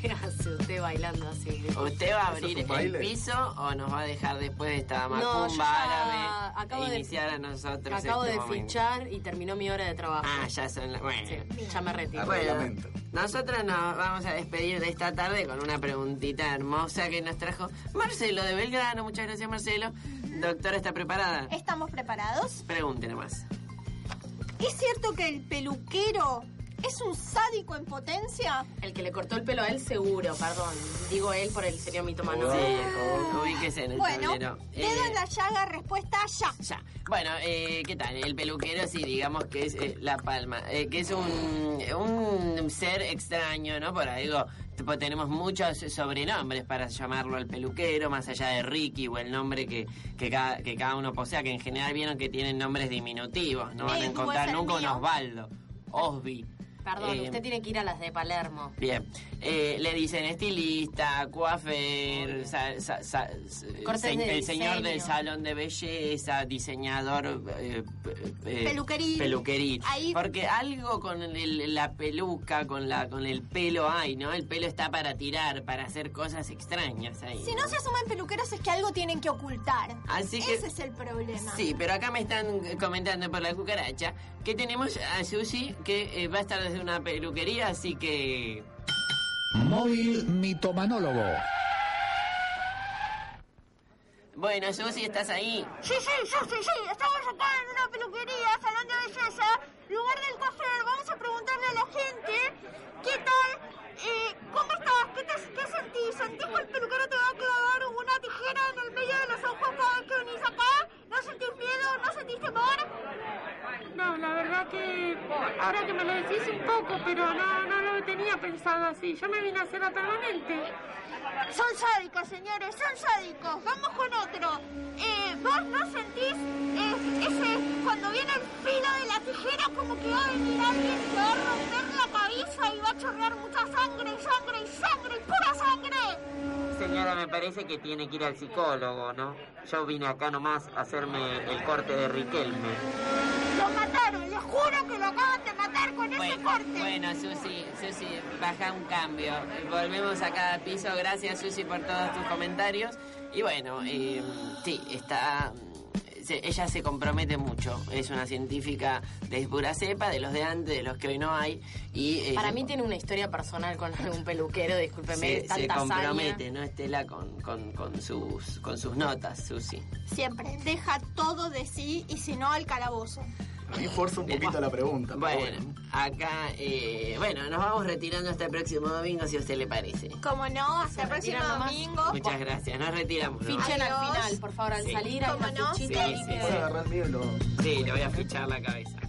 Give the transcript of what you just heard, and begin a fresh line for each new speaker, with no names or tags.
¿Qué hace usted bailando así?
¿Usted va a abrir
¿Eso
el
es un baile?
piso o nos va a dejar después de esta
No, yo
macumba
ya
árabe
acabo
e
de,
iniciar a nosotros
acabo
este
de
momento?
fichar y terminó mi hora de trabajo.
Ah, ya son las... Bueno.
Sí, ya me retiro.
Arre-
Bueno,
Reglamento.
nosotros nos vamos a despedir de esta tarde con una preguntita hermosa que nos trajo Marcelo de Belgrano. Muchas gracias, Marcelo. Doctora, ¿está preparada?
¿Estamos preparados?
Pregunte nomás.
¿Es cierto que el peluquero es un sádico en potencia?
El que le cortó el pelo a él seguro, perdón. Digo él por el serio mitomano.
Sí, ubíquese en el
Bueno,
tablero.
dedo
Eh,
en la llaga, respuesta ya.
Ya. Bueno, eh, ¿qué tal? El peluquero, sí, digamos que es eh, la palma, eh, que es un, un ser extraño, ¿no? Por algo, tipo, tenemos muchos sobrenombres para llamarlo el peluquero, más allá de Ricky o el nombre que, que, cada, que cada uno posea, que en general vieron que tienen nombres diminutivos, no van
Eh,
a
puede
encontrar
ser
nunca un
mío.
Osvaldo, Osby.
Perdón,
eh,
usted tiene que ir a las de Palermo.
Bien, Eh, le dicen estilista, coafer, sa- sa- sa-
Cortes
se-
de
el señor del
diseño.
salón de belleza, diseñador, eh, pe- eh,
Peluquerín.
peluquerín.
Ahí-
Porque algo con el- la peluca, con la con el pelo hay, ¿no? El pelo está para tirar, para hacer cosas extrañas ahí.
Si no se asumen peluqueros es que algo tienen que ocultar.
Así que-
Ese es el problema.
Sí, pero acá me están comentando por la cucaracha que tenemos a Susi que eh, va a estar desde una peluquería, así que
Móvil mitomanólogo.
bueno, Susi, ¿estás ahí?
Sí, sí, sí, sí, sí. Estamos acá en una peluquería, salón de belleza, lugar del coser. Vamos a preguntarle a la gente qué tal, eh, cómo estás, qué, te- qué sentís. ¿Sentís que el peluquero te va a clavar una tijera en el medio de los ojos cada vez que venís acá? ¿No sentís miedo? ¿No sentís temor?
No, la verdad que ahora que me lo decís un poco, pero no, no lo tenía pensado así. Yo me vine a hacer la permanente.
Son sádicos, señores, son sádicos. Vamos con otro. Eh, ¿Vos no sentís eh, ese, cuando viene el filo de la tijera, como que va a venir alguien, te va a romper la cabeza y va a chorrear mucha sangre, y sangre, y sangre, y pura sangre?
Señora, me parece que tiene que ir al psicólogo, ¿no? Yo vine acá nomás a hacerme el corte de Riquelme.
Lo mataron, les juro que lo acaban de matar con ese
Bueno,
corte.
bueno, Susi, Susi, baja un cambio. Volvemos a cada piso. Gracias, Susi, por todos tus comentarios. Y bueno, eh, sí, está... se- ella se compromete mucho. Es una científica de pura cepa, de los de antes, de los que hoy no hay. Y, eh,
Para mí tiene una historia personal con algún peluquero, discúlpeme,
se,
es
se
tanta hazaña.
compromete, ¿no, Estela? Con, con, con, sus, con sus notas, Susi.
Siempre deja todo de sí y si no al calabozo.
Ahí fuerza un poquito la pregunta. pero
Bueno, acá, eh, bueno, nos vamos retirando hasta el próximo domingo, si a usted le parece.
Como no, hasta el próximo
retiran nomás.
domingo.
Muchas gracias, nos retiramos. ¿no?
Fichen al
Adiós.
final, por favor, al
Sí.
salir hay
¿Cómo
una
no?
fichita
Sí,
ahí
sí,
que-
sí.
Pueden agarrar miedo los dos.
Sí, le voy a fichar la cabeza.